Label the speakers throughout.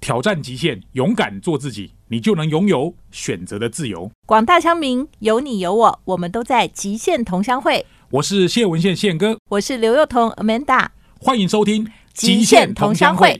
Speaker 1: 挑战极限，勇敢做自己，你就能拥有选择的自由。
Speaker 2: 广大乡民，有你有我，我们都在极限同乡会。
Speaker 1: 我是谢文宪宪哥，
Speaker 2: 我是刘幼彤 Amanda，
Speaker 1: 欢迎收听《。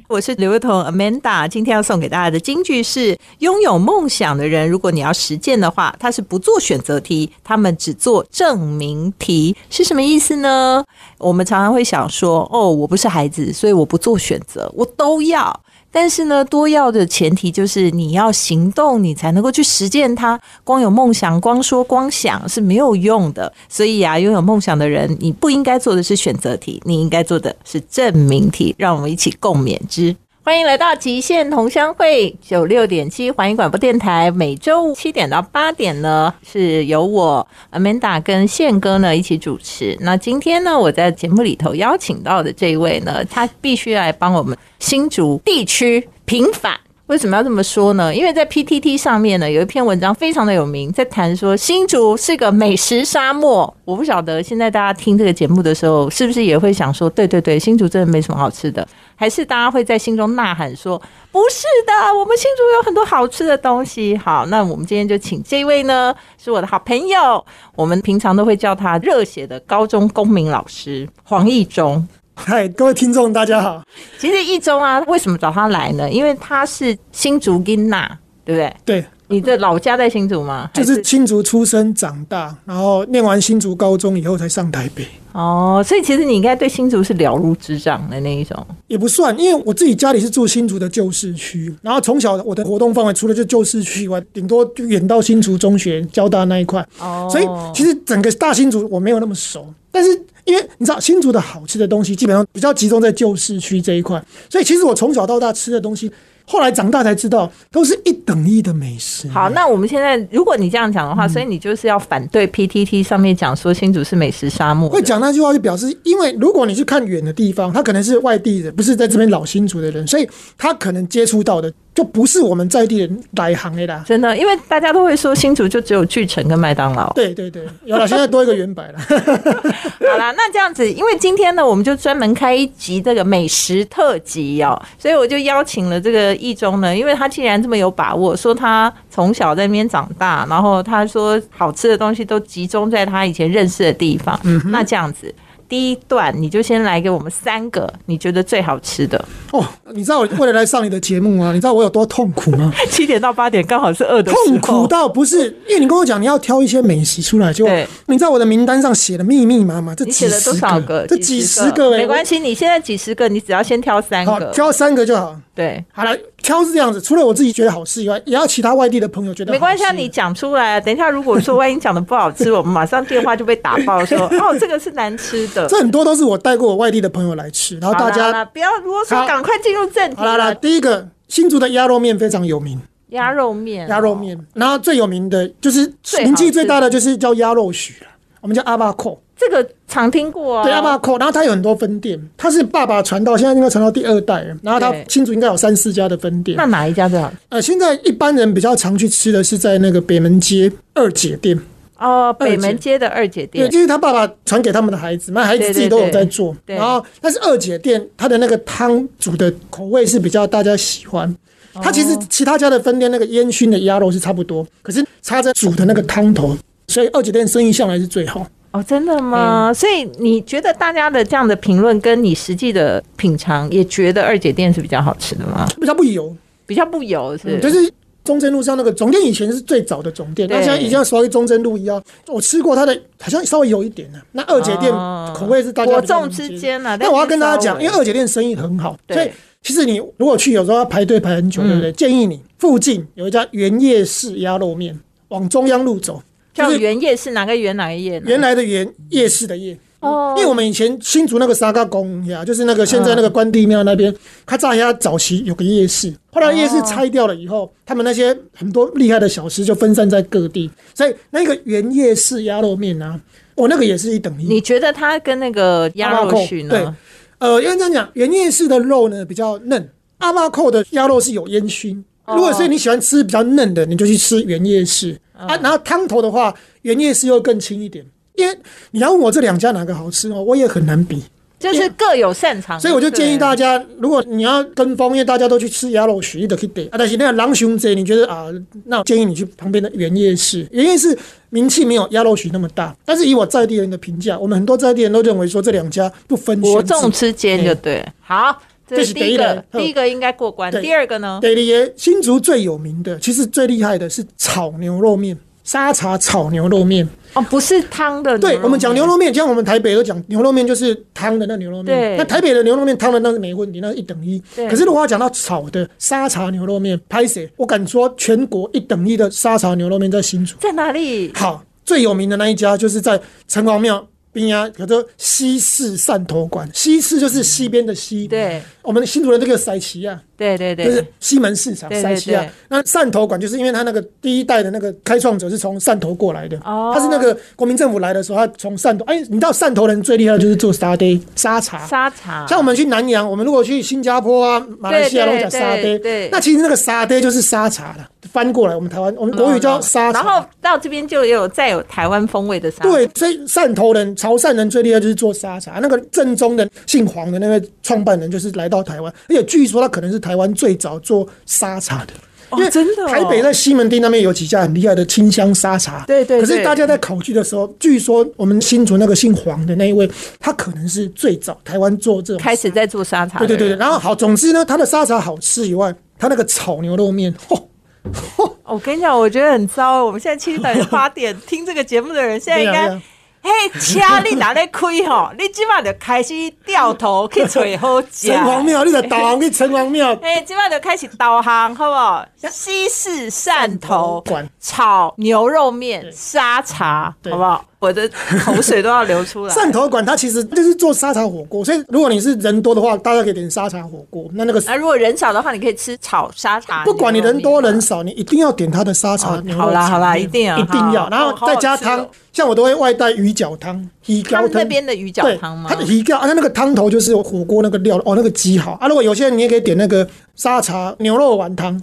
Speaker 3: 我是刘幼彤 Amanda，今天要送给大家的金句是：拥有梦想的人，如果你要实践的话，他是不做选择题，他们只做证明题，是什么意思呢？我们常常会想说：哦，我不是孩子，所以我不做选择，我都要。但是呢，多要的前提就是你要行动，你才能够去实践它。光有梦想，光说光想是没有用的。所以啊，拥有梦想的人，你不应该做的是选择题，你应该做的是证明题。让我们一起共勉之。欢迎来到极限同乡会九六点七环宇广播电台，每周七点到八点呢，是由我 Amanda 跟宪哥呢一起主持。那今天呢，我在节目里头邀请到的这一位呢，他必须来帮我们新竹地区平反。为什么要这么说呢？因为在 PTT 上面呢，有一篇文章非常的有名，在谈说新竹是个美食沙漠。我不晓得现在大家听这个节目的时候，是不是也会想说，对对对，新竹真的没什么好吃的。还是大家会在心中呐喊说：“不是的，我们新竹有很多好吃的东西。”好，那我们今天就请这位呢，是我的好朋友，我们平常都会叫他热血的高中公民老师黄义中。
Speaker 4: 嗨，各位听众，大家好。
Speaker 3: 其实义中啊，为什么找他来呢？因为他是新竹金娜，对不对？
Speaker 4: 对，
Speaker 3: 你的老家在新竹吗？还
Speaker 4: 就是新竹出生长大，然后念完新竹高中以后才上台北，
Speaker 3: 哦，所以其实你应该对新竹是了如指掌的那一种。
Speaker 4: 也不算，因为我自己家里是住新竹的旧市区，然后从小我的活动范围除了就旧市区以外，顶多就远到新竹中学、交大那一块，
Speaker 3: 哦，
Speaker 4: 所以其实整个大新竹我没有那么熟。但是因为你知道新竹的好吃的东西基本上比较集中在旧市区这一块，所以其实我从小到大吃的东西，后来长大才知道都是一等一的美食。
Speaker 3: 好，那我们现在如果你这样讲的话，
Speaker 4: 嗯
Speaker 3: 所以你就是要反对 PTT 上面讲说新竹是美食沙漠的。
Speaker 4: 会讲那句话就表示，因为如果你去看远的地方，他可能是外地人，不是在这边老新竹的人，所以他可能接触到的就不是我们在地人来行的啦。
Speaker 3: 真的，因为大家都会说新竹就只有巨城跟麦当劳。
Speaker 4: 对对对，有了，现在多一个原版了。
Speaker 3: 好啦，那这样子，因为今天呢，我们就专门开一集这个美食特辑哦，所以我就邀请了这个易中呢，因为他既然这么有把握，说他从小在那边长大，然后他说好吃的东西都集中在他以前认识的地方，那这样子。第一段，你就先来给我们三个你觉得最好吃的。
Speaker 4: 哦，你知道我为了来上你的节目啊，你知道我有多痛苦 吗？
Speaker 3: 七点到八点刚好是饿的时候
Speaker 4: 痛苦到不是，因为你跟我讲你要挑一些美食出来，就
Speaker 3: 对
Speaker 4: 你知道我的名单上写的密密麻麻，这
Speaker 3: 你
Speaker 4: 几
Speaker 3: 写了
Speaker 4: 十
Speaker 3: 多少个？
Speaker 4: 这几十个、欸，
Speaker 3: 没关系。你现在几十个，你只要先挑三
Speaker 4: 我，好
Speaker 3: 个。
Speaker 4: 挑三个就好。
Speaker 3: 对，
Speaker 4: 好了，挑是这样子，除了我自己觉得好吃以外，也要其他外地的朋友觉得
Speaker 3: 没关系，啊，
Speaker 4: 好吃
Speaker 3: 你讲出来啊。等一下，如果说万一讲的不好吃，我们马上电话就被打爆，说哦， 这个是难吃的。
Speaker 4: 这很多都是我带过我外地的朋友来吃，然后
Speaker 3: 好
Speaker 4: 大
Speaker 3: 啦好啦
Speaker 4: 家
Speaker 3: 不要啰嗦，
Speaker 4: 好
Speaker 3: 赶快进入正题
Speaker 4: 好啦啦，
Speaker 3: 了。
Speaker 4: 第一个新竹的鸭肉面非常有名，
Speaker 3: 鸭肉面，
Speaker 4: 鸭肉，面，然后最有名的就是
Speaker 3: 嗯最好
Speaker 4: 名气
Speaker 3: 吃
Speaker 4: 最大的就是叫鸭肉许了，我们叫阿爸扣，
Speaker 3: 这个常听过啊。
Speaker 4: 对阿爸扣，然后它有很多分店，它是爸爸传到现在应该传到第二代了，然后它
Speaker 3: 对
Speaker 4: 新竹应该有三四家的分店
Speaker 3: 那。哪一家最好吃？
Speaker 4: 呃，现在一般人比较常去吃的是在那个北门街二姐店，
Speaker 3: 哦，北
Speaker 4: 二
Speaker 3: 门
Speaker 4: 姐
Speaker 3: 街的二姐
Speaker 4: 对，
Speaker 3: 店。
Speaker 4: 就是他爸爸传给他们的孩子，那孩子自己都有在做。
Speaker 3: 对对对
Speaker 4: 然后，但是二姐店它的那个汤煮的口味是比较大家喜欢。
Speaker 3: 哦
Speaker 4: 它其实其他家的分店那个烟熏的鸭肉是差不多，可是插着煮的那个汤头，所以二姐店生意向来是最好。
Speaker 3: 哦，真的
Speaker 4: 嗯
Speaker 3: 吗？所以你觉得大家的这样的评论，跟你实际的品尝，也觉得二姐店是比较好吃的吗？
Speaker 4: 比较不油，
Speaker 3: 比较不油是
Speaker 4: 嗯就是中正路上那个总店以前是最早的总店，
Speaker 3: 对
Speaker 4: 那现在已经熟于中正路一样。我吃过它的，好像稍微有一点呢、那二姐店
Speaker 3: 哦
Speaker 4: 口味是大家
Speaker 3: 伯
Speaker 4: 比较
Speaker 3: 仲
Speaker 4: 能接
Speaker 3: 之
Speaker 4: 受
Speaker 3: 间啊。
Speaker 4: 但我要跟大家讲，
Speaker 3: 但
Speaker 4: 因
Speaker 3: 是
Speaker 4: 为
Speaker 3: 稍微
Speaker 4: 二姐店生意很好，
Speaker 3: 对嗯
Speaker 4: 所以其实你如果去，有时候要排队排很久，对不对？建议你附近有一家原叶市鸭肉面，往中央路走，就
Speaker 3: 叫
Speaker 4: 是
Speaker 3: 原叶是哪个原哪个叶呢？
Speaker 4: 原来的原夜市的夜。
Speaker 3: 哦嗯
Speaker 4: 因为我们以前新竹那个沙嘎公呀，就是那个现在那个关帝庙那边，他炸鸭早期有个夜市，后来夜
Speaker 3: 哦
Speaker 4: 市拆掉了以后，他们那些很多厉害的小吃就分散在各地，所以那个原夜市鸭肉面啊，我那个也是一等一。
Speaker 3: 你觉得它跟那个鸭肉许
Speaker 4: 阿巴扣
Speaker 3: 呢？
Speaker 4: 呃，因为这样讲，原叶市的肉呢比较嫩，阿巴扣的鸭肉是有烟熏。
Speaker 3: 哦
Speaker 4: 如果是你喜欢吃比较嫩的，你就去吃原叶市、啊。然后汤头的话，原叶市又更轻一点。因为你要问我这两家哪个好吃哦，我也很难比。
Speaker 3: 就是各有擅长。
Speaker 4: 所以我就建议大
Speaker 3: 家，
Speaker 4: 家，如果你要跟风，因为大家都去吃鸭肉许你得去点啊。但是那个狼熊贼，你觉得啊，那我建议你去旁边的原夜市。原夜市名气没有鸭肉许那么大，但是以我在地人的评价，我们很多在地人都认为说这两家不分
Speaker 3: 伯
Speaker 4: 轩
Speaker 3: 仲
Speaker 4: 制。
Speaker 3: 之间就对了。好，这
Speaker 4: 这
Speaker 3: 是
Speaker 4: 是
Speaker 3: 第
Speaker 4: 第
Speaker 3: 一
Speaker 4: 一
Speaker 3: 个
Speaker 4: 类，嗯
Speaker 3: 第一个应该过关。
Speaker 4: 对
Speaker 3: 第二个呢？
Speaker 4: 对耶，新竹最有名的，其实最厉害的是炒牛肉面，沙茶炒牛肉面。
Speaker 3: 哦，不是汤的。
Speaker 4: 对，我们讲牛。肉面，像我们台北都讲牛肉面就是汤的那牛肉
Speaker 3: 对
Speaker 4: 面，那台北的牛肉面汤的那是没问题，那是一等一
Speaker 3: 对。
Speaker 4: 可是如果要讲到炒的沙茶牛肉面，拍谁？我敢说全国一等一的沙茶牛肉面在新竹。
Speaker 3: 在哪里？
Speaker 4: 好，最有名的那一家就是在城隍庙。边啊，叫做西式汕头馆，西式就是西边的西，
Speaker 3: 对，
Speaker 4: 我们新竹人这个塞啊奇亚，
Speaker 3: 对对
Speaker 4: 就
Speaker 3: 对
Speaker 4: 是，西门市场
Speaker 3: 对对
Speaker 4: 塞西亚
Speaker 3: 对。
Speaker 4: 那汕头馆就是因为他那个第一代的那个开创者是从汕头过来的，
Speaker 3: 哦
Speaker 4: 他是那个国民政府来的时候，他从汕头。哎，你知道汕头人最厉害的就是做沙爹沙茶。
Speaker 3: 沙茶。
Speaker 4: 像我们去南洋，我们如果去新加坡啊、马来西亚，
Speaker 3: 对
Speaker 4: 都
Speaker 3: 对
Speaker 4: 讲沙
Speaker 3: 对
Speaker 4: 爹
Speaker 3: 对，
Speaker 4: 那其实那个沙爹就是沙茶了。翻过来，我们台湾我们国语叫沙
Speaker 3: 哦
Speaker 4: 茶。
Speaker 3: 嗯然后到这边就有再有台湾风味的沙。，
Speaker 4: 对，所以汕头人、潮汕人最厉害就是做沙茶。那个正宗的姓黄的那位创办人，就是来到台湾，而且据说他可能是台湾最早做沙茶的。
Speaker 3: 哦
Speaker 4: 因为
Speaker 3: 真的哦
Speaker 4: 台北在西门町那边有几家很厉害的清香沙茶，
Speaker 3: 对对对
Speaker 4: 可是大家在考据的时候，据说我们新竹那个姓黄的那一位，他可能是最早台湾做这种
Speaker 3: 开始在做沙茶。
Speaker 4: 对对对，对，然后好，总之呢，他的沙茶好吃以外，他那个炒牛肉面，嚯、
Speaker 3: 我跟你讲，我觉得很糟。我们现在七 点八点听这个节目的人，现在应
Speaker 4: 对
Speaker 3: 该
Speaker 4: 啊。
Speaker 3: 嘿，车你哪里开吼？你今晚就开始掉头去找好食
Speaker 4: 城。隍庙，你在打，你城隍庙，
Speaker 3: 嘿，今晚就开始导航，好不好？西式汕头
Speaker 4: 馆
Speaker 3: 炒牛肉面、沙茶，
Speaker 4: 对
Speaker 3: 好不好？我的口水都要流出来。
Speaker 4: 汕头馆它其实就是做沙茶火锅，所以如果你是人多的话，大家可以点沙茶火锅。那那个
Speaker 3: 啊，如果人少的话，你可以吃炒沙茶。
Speaker 4: 不管你人多人
Speaker 3: 少，
Speaker 4: 少，你一定要点它的沙茶
Speaker 3: 哦
Speaker 4: 牛肉
Speaker 3: 好啦
Speaker 4: 炒
Speaker 3: 好啦
Speaker 4: 面
Speaker 3: 一定要
Speaker 4: 一定
Speaker 3: 好
Speaker 4: 要，然
Speaker 3: 哦好
Speaker 4: 后
Speaker 3: 好
Speaker 4: 再加
Speaker 3: 吃
Speaker 4: 汤
Speaker 3: 哦。
Speaker 4: 像我都会外带鱼饺汤、鱼
Speaker 3: 他
Speaker 4: 饺
Speaker 3: 们那
Speaker 4: 汤。
Speaker 3: 边的鱼饺
Speaker 4: 对，
Speaker 3: 汤吗
Speaker 4: 它？的鱼饺，啊它那个汤头就是火锅那个料哦，那个极好啊。如果有些人你也可以点那个沙茶牛肉丸汤，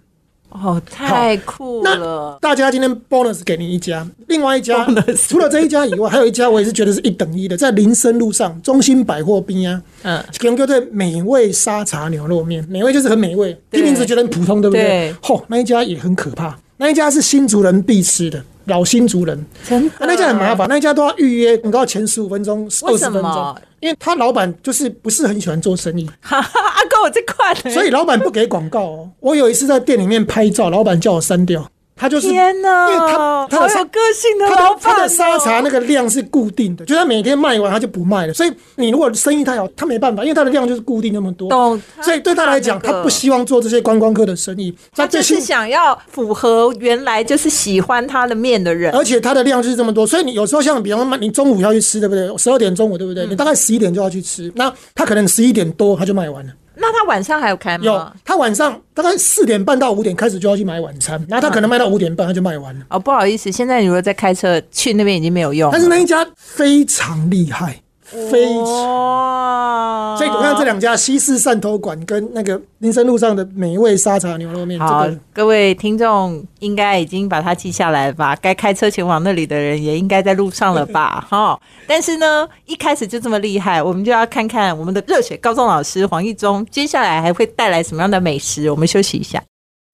Speaker 3: 哦，太酷了！
Speaker 4: 大家今天 bonus 给你一家，另外一家除了这一家以外，还有一家我也是觉得是一等一的，在林森路上中心百货边啊，
Speaker 3: 嗯，
Speaker 4: 跟叫做美味沙茶牛肉面，美味就是很美味，
Speaker 3: 对
Speaker 4: 听名字觉得很普通，对不
Speaker 3: 对
Speaker 4: 对？吼、那一家也很可怕，那一家是新族人必吃的，老新族人，
Speaker 3: 真的
Speaker 4: 啊，那家很麻烦，那家都要预约，你都要前十五分钟、
Speaker 3: 为
Speaker 4: 二
Speaker 3: 什
Speaker 4: 十
Speaker 3: 么
Speaker 4: 分钟，因为他老板就是不是很喜欢做生意，
Speaker 3: 哈哈，阿哥我这块，
Speaker 4: 所以老板不给广告哦。我有一次在店里面拍照，老板叫我删掉，他就是
Speaker 3: 天哪，
Speaker 4: 因为他他
Speaker 3: 好
Speaker 4: 的沙
Speaker 3: 有个性的
Speaker 4: 他
Speaker 3: 老板
Speaker 4: 的他
Speaker 3: 哦
Speaker 4: 的沙茶那个量是固定的，就是他每天卖完他就不卖了，所以你如果生意太好，他没办法，因为他的量就是固定那么多。
Speaker 3: 懂他
Speaker 4: 所以对他来讲，
Speaker 3: 他那个
Speaker 4: 他不希望做这些观光客的生意，
Speaker 3: 他
Speaker 4: 最
Speaker 3: 就是
Speaker 4: 新，
Speaker 3: 想要符合原来就是喜欢他的面的人。
Speaker 4: 而且他的量就是这么多，所以你有时候像比方说，你中午要去吃，对不对？十二点中午，对不
Speaker 3: 嗯
Speaker 4: 对？你大概十一点就要去吃，那他可能十一点多他就卖完了。
Speaker 3: 那他晚上还有开
Speaker 4: 有
Speaker 3: 吗？
Speaker 4: 他晚上大概四点半到五点开始就要去买晚餐，然后他可能卖到五点半他就卖完了。
Speaker 3: 哦，不好意思，现在你如果在开车去那边已经没有用了。
Speaker 4: 但是那一家非常厉害，非常。
Speaker 3: 哇
Speaker 4: 所以我看这两家西式汕头馆跟那个林森路上的美味沙茶牛肉面，这
Speaker 3: 好
Speaker 4: 个，
Speaker 3: 各位听众应该已经把它记下来了吧？该开车前往那里的人也应该在路上了 吧？哈，但是呢，一开始就这么厉害，我们就要看看我们的热血高中老师黄一中接下来还会带来什么样的美食。我们休息一下。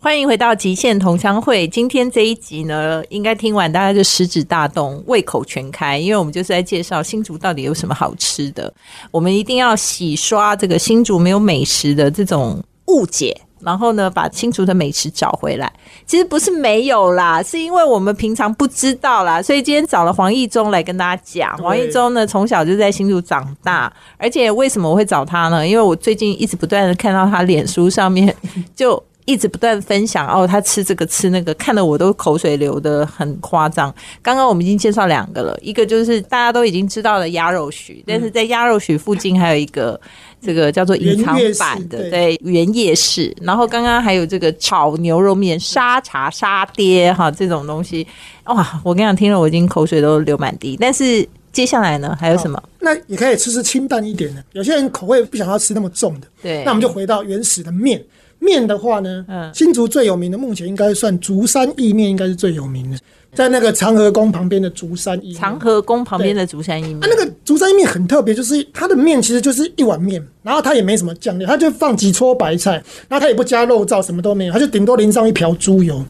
Speaker 3: 欢迎回到《极限同乡会》。今天这一集呢，应该听完大家就食指大动、胃口全开，因为我们就是在介绍新竹到底有什么好吃的。我们一定要洗刷这个新竹没有美食的这种误解，然后呢，把新竹的美食找回来。其实不是没有啦，是因为我们平常不知道啦，所以今天找了黄义中来跟大家讲。
Speaker 4: 对
Speaker 3: 黄义中呢，从小就在新竹长大，而且为什么我会找他呢？因为我最近一直不断的看到他脸书上面就。一直不断分享哦，他吃这个吃那个，看得我都口水流的很夸张。刚刚我们已经介绍两个了，一个就是大家都已经知道的鸭肉许，但是在鸭肉许附近还有一个这个叫做隐藏版的，
Speaker 4: 原夜市
Speaker 3: 对，原夜市。然后刚刚还有这个炒牛肉面、沙茶、沙爹哈这种东西，哇！我跟你讲，听了我已经口水都流满地。但是接下来呢，还有什么？
Speaker 4: 那也可以吃吃清淡一点的。有些人口味不想要吃那么重的，
Speaker 3: 对
Speaker 4: 那我们就回到原始的面。面的话呢，
Speaker 3: 嗯
Speaker 4: 新竹最有名的目前应该算竹山意面，应该是最有名的。在那个长河宫旁边的竹山一面
Speaker 3: 长河宫旁边的竹山一面
Speaker 4: 啊，，那个竹山意面很特别，就是它的面其实就是一碗面，然后它也没什么酱料，它就放几撮白菜，然后它也不加肉燥，什么都没有，它就顶多淋上一瓢猪油，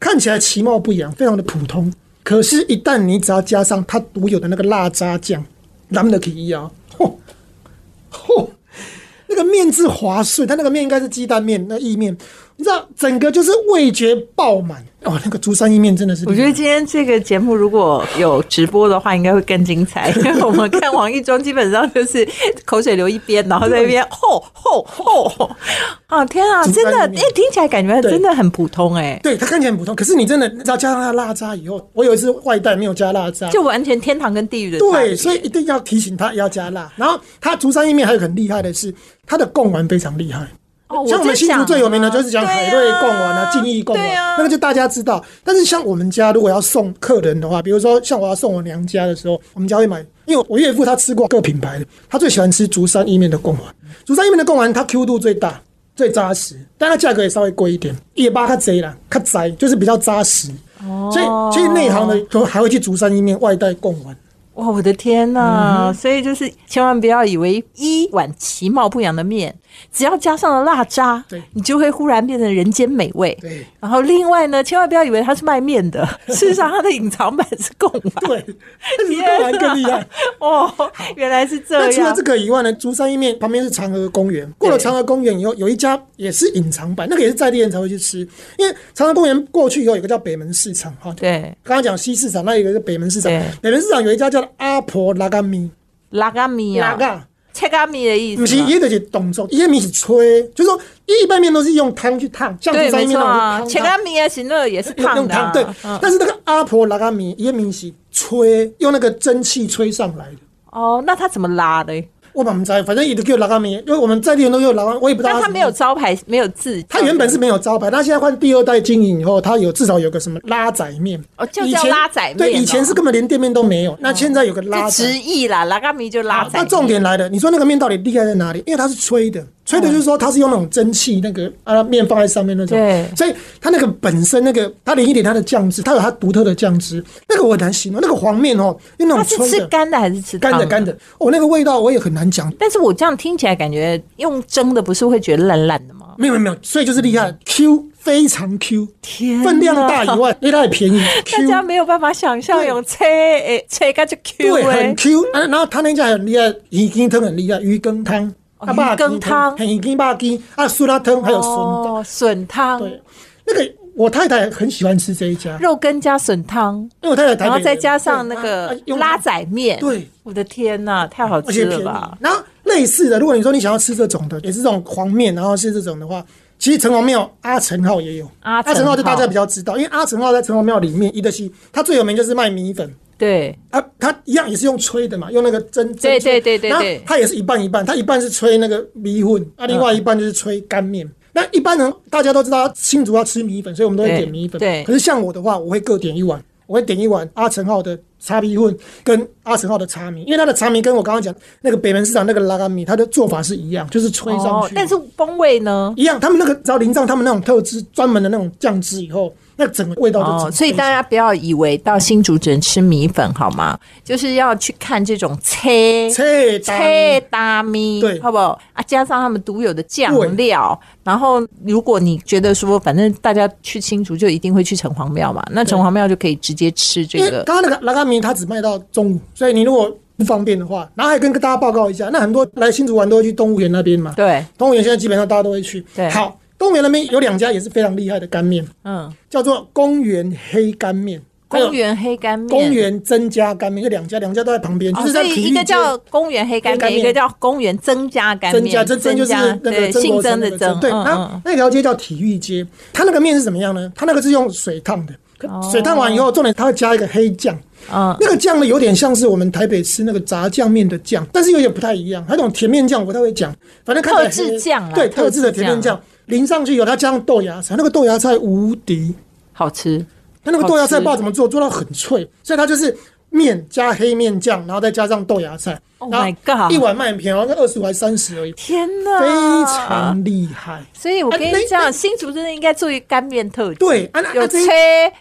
Speaker 4: 看起来其貌不扬，非常的普通。可是，一旦你只要加上它独有的那个辣渣酱，难得可以啊！嚯嚯，那个面质滑顺，它那个面应该是鸡蛋面，那意面，你知道，整个就是味觉爆满哦。那个竹山意面真的是厉害，
Speaker 3: 我觉得今天这个节目如果有直播的话，应该会更精 彩，因为我们看王一中基本上就是口水流一边，然后在那边吼吼吼，啊天啊，真的，哎、听起来感觉真的很普通哎、
Speaker 4: 对，它看起来很普通，可是你真的只要加上它的辣渣以后，我有一次外带没有加辣渣，
Speaker 3: 就完全天堂跟地狱的差
Speaker 4: 对，
Speaker 3: 别
Speaker 4: 所以一定要提醒他要加辣。然后它竹山意面还有很厉害的是，它的贡丸非常厉害。
Speaker 3: 哦
Speaker 4: 像我们
Speaker 3: 在
Speaker 4: 新
Speaker 3: 想
Speaker 4: 竹
Speaker 3: 啊
Speaker 4: 最有名的就是讲海
Speaker 3: 对
Speaker 4: 瑞
Speaker 3: 啊
Speaker 4: 贡丸啊、敬义贡丸
Speaker 3: 对啊，
Speaker 4: 那个就大家知道。但是像我们家如果要送客人的话，比如说像我要送我娘家的时候，我们家会买，因为我岳父他吃过各品牌的，他最喜欢吃竹山意面的贡丸。竹山意面的贡丸它 Q 度最大、最扎实，但它价格也稍微贵一点，也巴它贼啦，它窄就是比较扎实。
Speaker 3: 哦
Speaker 4: 所以，所以内行的都还会去竹山意面外带贡丸。
Speaker 3: 哇，我的天呐、
Speaker 4: 嗯
Speaker 3: 所以就是千万不要以为一碗其貌不扬的面，只要加上了辣渣
Speaker 4: 对，
Speaker 3: 你就会忽然变成人间美味。
Speaker 4: 对
Speaker 3: 然后另外呢，千万不要以为它是卖面 的，事实上它的隐藏版是贡丸。
Speaker 4: 对，但是贡丸更厉害。
Speaker 3: 哦，原来是这
Speaker 4: 那
Speaker 3: 样。
Speaker 4: 除了这个以外呢，竹山意面旁边是长河公园。过了长河公园以后，有一家也是隐藏版，那个也是在地人才会去吃，因为长河公园过去以后有一个叫北门市场哈。
Speaker 3: 对
Speaker 4: 刚刚讲西市场，那有一个是北门市场
Speaker 3: 对。
Speaker 4: 北门市场有一家叫阿婆拉嘎米，
Speaker 3: 拉嘎米
Speaker 4: 拉
Speaker 3: 啊，
Speaker 4: 嘎，
Speaker 3: 切嘎米的意思
Speaker 4: 不
Speaker 3: 吗。
Speaker 4: 是，也就是动作，也米是吹，就是说一般面都是用汤去烫，像
Speaker 3: 对，
Speaker 4: 竹山
Speaker 3: 没
Speaker 4: 意面
Speaker 3: 错
Speaker 4: 那
Speaker 3: 啊，
Speaker 4: 种是
Speaker 3: 切
Speaker 4: 汤
Speaker 3: 嘎米啊，行了也是烫
Speaker 4: 用
Speaker 3: 的啊、
Speaker 4: 汤对。
Speaker 3: 嗯
Speaker 4: 但是那个阿婆拉嘎米，也米是吹，用那个蒸汽吹上来的。
Speaker 3: 哦，那它怎么拉的？
Speaker 4: 我把我们摘，反正也都给我拉高米，因为我们在地人都有拉高，我也不知道
Speaker 3: 但它
Speaker 4: 怎么
Speaker 3: 没有招牌，没有字。
Speaker 4: 他原本是没有招牌，他现在换第二代经营以后，他有至少有个什么拉仔面，
Speaker 3: 哦就叫
Speaker 4: 以前
Speaker 3: 拉仔面
Speaker 4: 对，
Speaker 3: 哦
Speaker 4: 以前是根本连店面都没有，那现在有个拉
Speaker 3: 就
Speaker 4: 仔
Speaker 3: 直译啦，拉嘎米就拉
Speaker 4: 啊
Speaker 3: 仔
Speaker 4: 那
Speaker 3: 面。
Speaker 4: 重点来了，你说那个面到底厉害在哪里？因为它是吹的，吹的就是说它是用那种蒸汽，那个啊面放在上面那种。
Speaker 3: 对
Speaker 4: 所以它那个本身那个，它淋一点它的酱汁，它有它独特的酱汁，那个我很难形容。那个黄面哦，用那
Speaker 3: 它
Speaker 4: 种
Speaker 3: 是
Speaker 4: 吹
Speaker 3: 吃
Speaker 4: 的，
Speaker 3: 干的还是吃
Speaker 4: 干
Speaker 3: 汤
Speaker 4: 的干的，哦，那个味道我也很难讲。
Speaker 3: 但是我这样听起来感觉用蒸的不是会觉得烂烂的吗？
Speaker 4: 没有没有没有，所以就是厉害，Q 非常 Q，
Speaker 3: 天哪
Speaker 4: 分量大以外，因为它也便宜
Speaker 3: 大
Speaker 4: ，Q
Speaker 3: 家没有办法想象用切诶切个就 Q
Speaker 4: 对
Speaker 3: 诶
Speaker 4: 很，Q，啊然后他那家很厉害，鱼羹汤很厉害，鱼羹汤，
Speaker 3: 哦
Speaker 4: 啊肉
Speaker 3: 鱼羹汤
Speaker 4: 羹鱼羹肉羹啊酸辣汤还有笋汤，
Speaker 3: 哦笋汤，
Speaker 4: 对，那个我太太很喜欢吃这一家，
Speaker 3: 肉羹加笋汤，
Speaker 4: 因为我太太台北
Speaker 3: 然
Speaker 4: 人
Speaker 3: 后再加上那个
Speaker 4: 对啊用
Speaker 3: 拉仔面，
Speaker 4: 对，
Speaker 3: 我的天呐，太好
Speaker 4: 而且
Speaker 3: 吃
Speaker 4: 便
Speaker 3: 了
Speaker 4: 宜
Speaker 3: 吧。！
Speaker 4: 然后类似的，如果你说你想要吃这种的，也是这种黄面，然后是这种的话，其实城隍庙阿成号也有。
Speaker 3: 阿成号
Speaker 4: 就大家比较知道，因为阿成号在城隍庙里面，一的西它最有名就是卖米粉。
Speaker 3: 对，
Speaker 4: 啊，它一样也是用吹的嘛，用那个蒸蒸
Speaker 3: 对
Speaker 4: 吹
Speaker 3: 对对对
Speaker 4: 然后
Speaker 3: 对嗯
Speaker 4: 它也是一半一半，它一半是吹那个米粉，啊，另外一半就是吹干面。那一般人大家都知道新竹要吃米粉，所以我们都会
Speaker 3: 对
Speaker 4: 点米粉。
Speaker 3: 对
Speaker 4: 可是像我的话，我会各点一碗，我会点一碗阿成号的叉米粉跟阿成号的叉米，因为它的叉米跟我刚刚讲那个北门市场那个拉干米，它的做法是一样，就是吹上去。
Speaker 3: 哦但是风味呢？
Speaker 4: 一样，他们那个只要淋上他们那种特制专门的那种酱汁以后，那整个味道就整
Speaker 3: 哦，
Speaker 4: 个
Speaker 3: 所以
Speaker 4: 飞
Speaker 3: 大家不要以为到新竹只能吃米粉好吗？就是要去看这种切
Speaker 4: 切蛋
Speaker 3: 切大米，
Speaker 4: 对
Speaker 3: 好不好？啊，加上他们独有的酱料，然后如果你觉得说，反正大家去新竹就一定会去城隍庙嘛，那城隍庙就可以直接吃这
Speaker 4: 因为
Speaker 3: 个。
Speaker 4: 他那个拉干米他只卖到中午，所以你如果不方便的话，然后还跟大家报告一下，那很多来新竹玩都会去动物园那边嘛。
Speaker 3: 对，
Speaker 4: 动物园现在基本上大家都会去。
Speaker 3: 对
Speaker 4: 好，动物园那边有两家也是非常厉害的干面，
Speaker 3: 嗯，
Speaker 4: 叫做公园黑干面，还有
Speaker 3: 公园黑干面，
Speaker 4: 公园增加干面，这两家两家都在旁边，就
Speaker 3: 哦，
Speaker 4: 是
Speaker 3: 所
Speaker 4: 在
Speaker 3: 以
Speaker 4: 体
Speaker 3: 一
Speaker 4: 育
Speaker 3: 个
Speaker 4: 街。
Speaker 3: 叫公园黑干
Speaker 4: 黑干
Speaker 3: 面，
Speaker 4: 面
Speaker 3: 一个叫公园增加干面，
Speaker 4: 增加，增增就是那个
Speaker 3: 对姓
Speaker 4: 国
Speaker 3: 曾
Speaker 4: 城那
Speaker 3: 的
Speaker 4: 个
Speaker 3: 增，
Speaker 4: 对，
Speaker 3: 嗯
Speaker 4: 那、
Speaker 3: 嗯
Speaker 4: 那条街叫体育街，它那个面是怎么样呢？它那个是用水烫的，可水烫完以后，重点它会加一个黑酱，
Speaker 3: 哦嗯
Speaker 4: 那个酱呢，有点像是我们台北吃那个炸酱面的酱，但是有点不太一样，它那种甜面酱我不太会讲，反正看起来
Speaker 3: 特制酱啊
Speaker 4: 对，
Speaker 3: 特制
Speaker 4: 特制
Speaker 3: 酱
Speaker 4: 的甜面酱淋上去以后，它加上豆芽菜，那个豆芽菜无敌，
Speaker 3: 好吃。
Speaker 4: 它那个豆芽菜
Speaker 3: 好
Speaker 4: 不知道
Speaker 3: 吃
Speaker 4: 怎么做，做到很脆，所以它就是面加黑面酱，然后再加上豆芽菜，
Speaker 5: Oh
Speaker 4: 然
Speaker 5: my
Speaker 4: 后
Speaker 5: god！
Speaker 4: 一碗卖很便宜，好像二十五还三十而已，
Speaker 5: 天哪，
Speaker 4: 非常厉害。
Speaker 3: 所以我跟你
Speaker 4: 啊那
Speaker 3: 讲，
Speaker 4: 那
Speaker 3: 新竹真的应该做一个干面特辑，
Speaker 4: 对啊那
Speaker 3: 有
Speaker 4: 啊这一
Speaker 3: 切，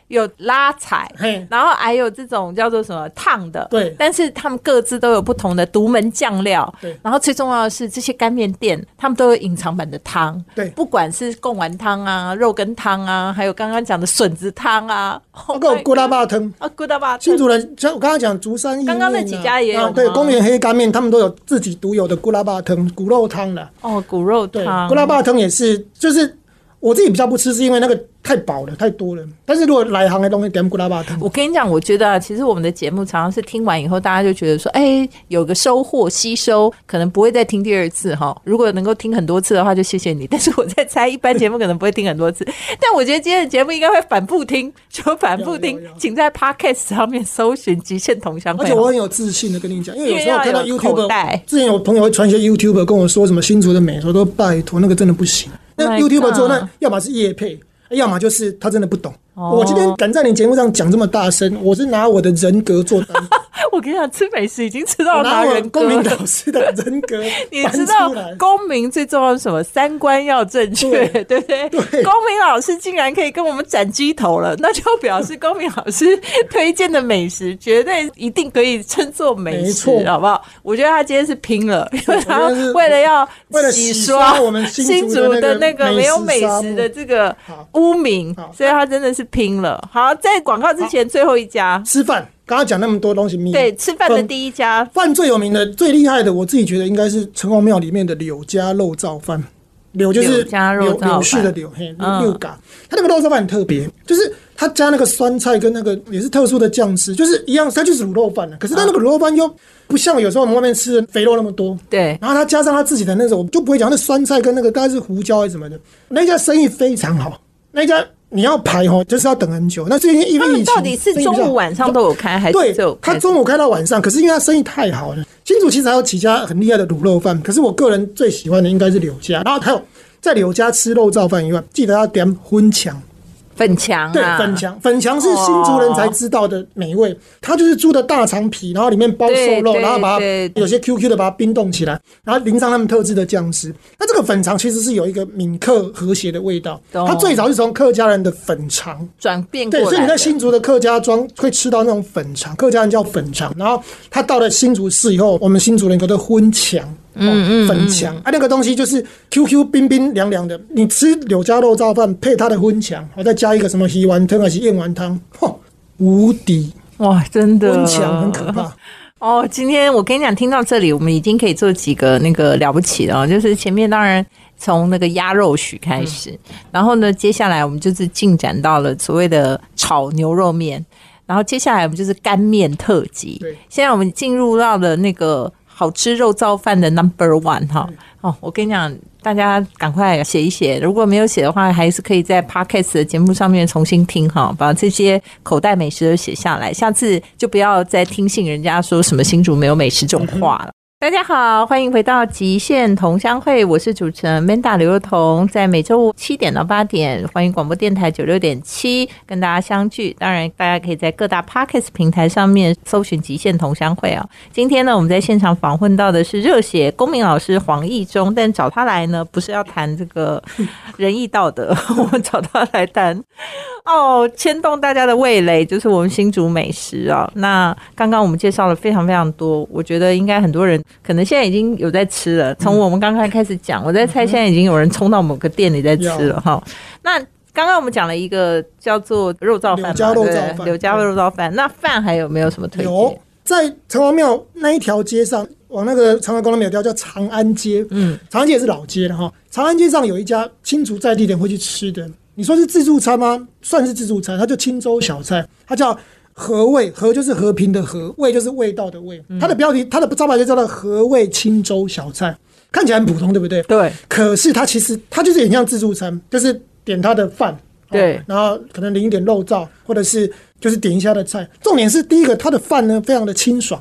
Speaker 3: 有拉踩
Speaker 4: 嘿，
Speaker 3: 然后还有这种叫做什么烫的，
Speaker 4: 对
Speaker 3: 但是他们各自都有不同的独门酱料，
Speaker 4: 对
Speaker 3: 然后最重要的是，这些干面店他们都有隐藏版的汤，
Speaker 4: 对
Speaker 3: 不管是贡丸汤啊、肉羹汤啊，还有刚刚讲的笋子汤啊，
Speaker 4: 包括锅拉巴汤，
Speaker 3: 啊，咕大巴，
Speaker 4: 新竹人，像我刚刚讲竹山意面啊、
Speaker 3: 刚刚那几家也有
Speaker 4: 啊对
Speaker 3: 吗
Speaker 4: 公园黑干面，他们都有自己独有的咕拉巴汤、骨肉汤的。
Speaker 3: 哦，骨肉
Speaker 4: 对，
Speaker 3: 汤，
Speaker 4: 咕拉巴汤也是，就是我自己比较不吃，是因为那个太饱了，太多了。但是如果来行的东西点咕拉巴汤，
Speaker 3: 我跟你讲，我觉得啊，其实我们的节目常常是听完以后，大家就觉得说，哎、有个收获吸收，可能不会再听第二次哈。如果能够听很多次的话，就谢谢你。但是我在猜，一般节目可能不会听很多次，但我觉得今天的节目应该会反复听，就反复听
Speaker 4: 有有有，
Speaker 3: 请在 Podcast 上面搜寻《极限同乡会
Speaker 4: 而》且我很有自信的跟你讲，因为有时候看到
Speaker 3: 啊因为要有口
Speaker 4: YouTube，
Speaker 3: 袋
Speaker 4: 之前有朋友会传一些 YouTube 跟我说什么新竹的美，我都拜托那个真的不行。那
Speaker 3: Oh My
Speaker 4: YouTube 做
Speaker 3: God
Speaker 4: 那要么是叶配，要么就是他真的不懂。
Speaker 3: 哦
Speaker 4: 我今天敢在你节目上讲这么大声，我是拿我的人格做担 保，
Speaker 3: 我跟你讲，吃美食已经吃到
Speaker 4: 我
Speaker 3: 拿
Speaker 4: 拿我
Speaker 3: 人
Speaker 4: 公
Speaker 3: 格
Speaker 4: 民
Speaker 3: 了。
Speaker 4: 老师的人格
Speaker 3: 你知
Speaker 4: 搬
Speaker 3: 道
Speaker 4: 出来。
Speaker 3: 公民最重要的是什么？三观要正确，对
Speaker 4: 对
Speaker 3: 不对？
Speaker 4: 对
Speaker 3: 公民老师竟然可以跟我们斩鸡头了，那就表 示公民老师推荐的美食绝对一定可以称作美
Speaker 4: 没
Speaker 3: 食，
Speaker 4: 错
Speaker 3: 好不好？我觉得他今天是拼了，因为他
Speaker 4: 我觉得是
Speaker 3: 为了要
Speaker 4: 为了洗刷我们
Speaker 3: 新
Speaker 4: 新
Speaker 3: 竹
Speaker 4: 竹
Speaker 3: 的
Speaker 4: 的
Speaker 3: 那
Speaker 4: 那
Speaker 3: 个
Speaker 4: 个
Speaker 3: 没有美
Speaker 4: 美食沙漠
Speaker 3: 食的这个
Speaker 4: 好
Speaker 3: 污名
Speaker 4: 好，
Speaker 3: 所以他真的是拼了。好，在广告之前最后一家，
Speaker 4: 吃饭，刚刚讲那么多东西，秘密
Speaker 3: 对，吃饭的
Speaker 4: 饭
Speaker 3: 第一家。
Speaker 4: 饭最有名的、最厉害的，我自己觉得应该是城隍庙里面的柳家肉燥饭。柳就是
Speaker 3: 柳家肉
Speaker 4: 柳
Speaker 3: 燥饭
Speaker 4: 柳絮的柳，嘿，
Speaker 3: 嗯
Speaker 4: 柳柳嘎。它那个肉燥饭很特别，就是它加那个酸菜跟那个也是特殊的酱汁，就是一样，它就是卤肉饭啊的。可是它那个卤肉饭又不像有时候我们外面吃的肥肉那么多，
Speaker 3: 对，
Speaker 4: 然后他加上他自己的那种，我就不会讲那酸菜跟那个大概是胡椒还是什么的。那家生意非常好，那家你要排哦，就是要等很久。那最近因
Speaker 3: 他
Speaker 4: 为疫
Speaker 3: 们
Speaker 4: 情，
Speaker 3: 到底是
Speaker 4: 生意比较
Speaker 3: 中午晚上都有开，还是
Speaker 4: 对
Speaker 3: 只有，
Speaker 4: 他
Speaker 3: 开
Speaker 4: 中午开到晚上，可是因为他生意太好了，新竹其实还有几家很厉害的卤肉饭，可是我个人最喜欢的应该是柳家，然后还有在柳家吃肉燥饭以外，记得要点荤强。
Speaker 3: 粉墙
Speaker 4: 对，
Speaker 3: 啊？哦
Speaker 4: 粉肠，粉肠是新竹人才知道的美味，它就是猪的大肠皮，然后里面包瘦
Speaker 3: 对
Speaker 4: 肉，
Speaker 3: 对
Speaker 4: 然后把它
Speaker 3: 对
Speaker 4: 有些 QQ 的把它冰冻起来，然后淋上他们特制的酱汁。那这个粉肠其实是有一个闽客和谐的味道，
Speaker 3: 懂
Speaker 4: 它最早是从客家人的粉肠。
Speaker 3: 转变过
Speaker 4: 对，
Speaker 3: 来的。
Speaker 4: 所以你在新竹的客家庄会吃到那种粉肠，客家人叫粉肠。然后他到了新竹市以后，我们新竹人有个荤肠，嗯嗯，粉肠啊，那个东西就是 QQ 冰冰凉凉的。你吃柳家肉燥饭配他的荤肠，我再加一个什么鱼丸汤还是燕丸汤，嚯，无敌！
Speaker 3: 哇，真的
Speaker 4: 温强很可怕。
Speaker 3: 哦！今天我跟你讲，听到这里，我们已经可以做几个那个了不起的、哦，就是前面当然从那个鸭肉许开始，
Speaker 4: 嗯
Speaker 3: 然后呢，接下来我们就是进展到了所谓的炒牛肉面，然后接下来我们就是干面特辑
Speaker 4: 对。
Speaker 3: 现在我们进入到了那个好吃肉燥饭的 Number One 哈、哦，我跟你讲。大家赶快写一写，如果没有写的话，还是可以在 podcast 的节目上面重新听哈，把这些口袋美食都写下来，下次就不要再听信人家说什么新竹没有美食这种话了。大家好，欢迎回到极限同乡会，我是主持人 Manda 刘若彤，在每周五七点到八点，欢迎广播电台九六点七跟大家相聚。当然，大家可以在各大 Podcast 平台上面搜寻极限同乡会啊、今天呢，我们在现场访问到的是热血公民老师黄义中，但找他来呢，不是要谈这 个仁义道德， 我们找他来谈哦，牵动大家的味蕾，就是我们新竹美食哦。那刚刚我们介绍了非常非常多，我觉得应该很多人可能现在已经有在吃了。从我们刚刚开始
Speaker 4: 嗯
Speaker 3: 讲，我在猜现在已经有人冲到某个店里在吃了哈。那刚刚我们讲了一个叫做肉燥饭嘛，
Speaker 4: 柳家
Speaker 3: 对
Speaker 4: 肉
Speaker 3: 不
Speaker 4: 燥
Speaker 3: 对
Speaker 4: 饭嗯
Speaker 3: 柳家肉燥饭。那饭还有没有什么推
Speaker 4: 有
Speaker 3: 荐？
Speaker 4: 在城隍庙那一条街上，往那个长安宫那边有条叫长安街，
Speaker 3: 嗯，
Speaker 4: 长安街也是老街了哈。长安街上有一家新竹在地人会去吃的，你说是自助餐吗？算是自助餐，它就青州小菜，它叫和味，和就是和平的和，味就是味道的味。
Speaker 3: 嗯
Speaker 4: 它的标题，它的招牌就叫做和味青州小菜，看起来很普通，对不对？
Speaker 3: 对，
Speaker 4: 可是它其实它就是很像自助餐，就是点它的饭，
Speaker 3: 对
Speaker 4: 哦然后可能淋一点肉燥，或者是就是点一下它的菜。重点是第一个，它的饭呢非常的清爽，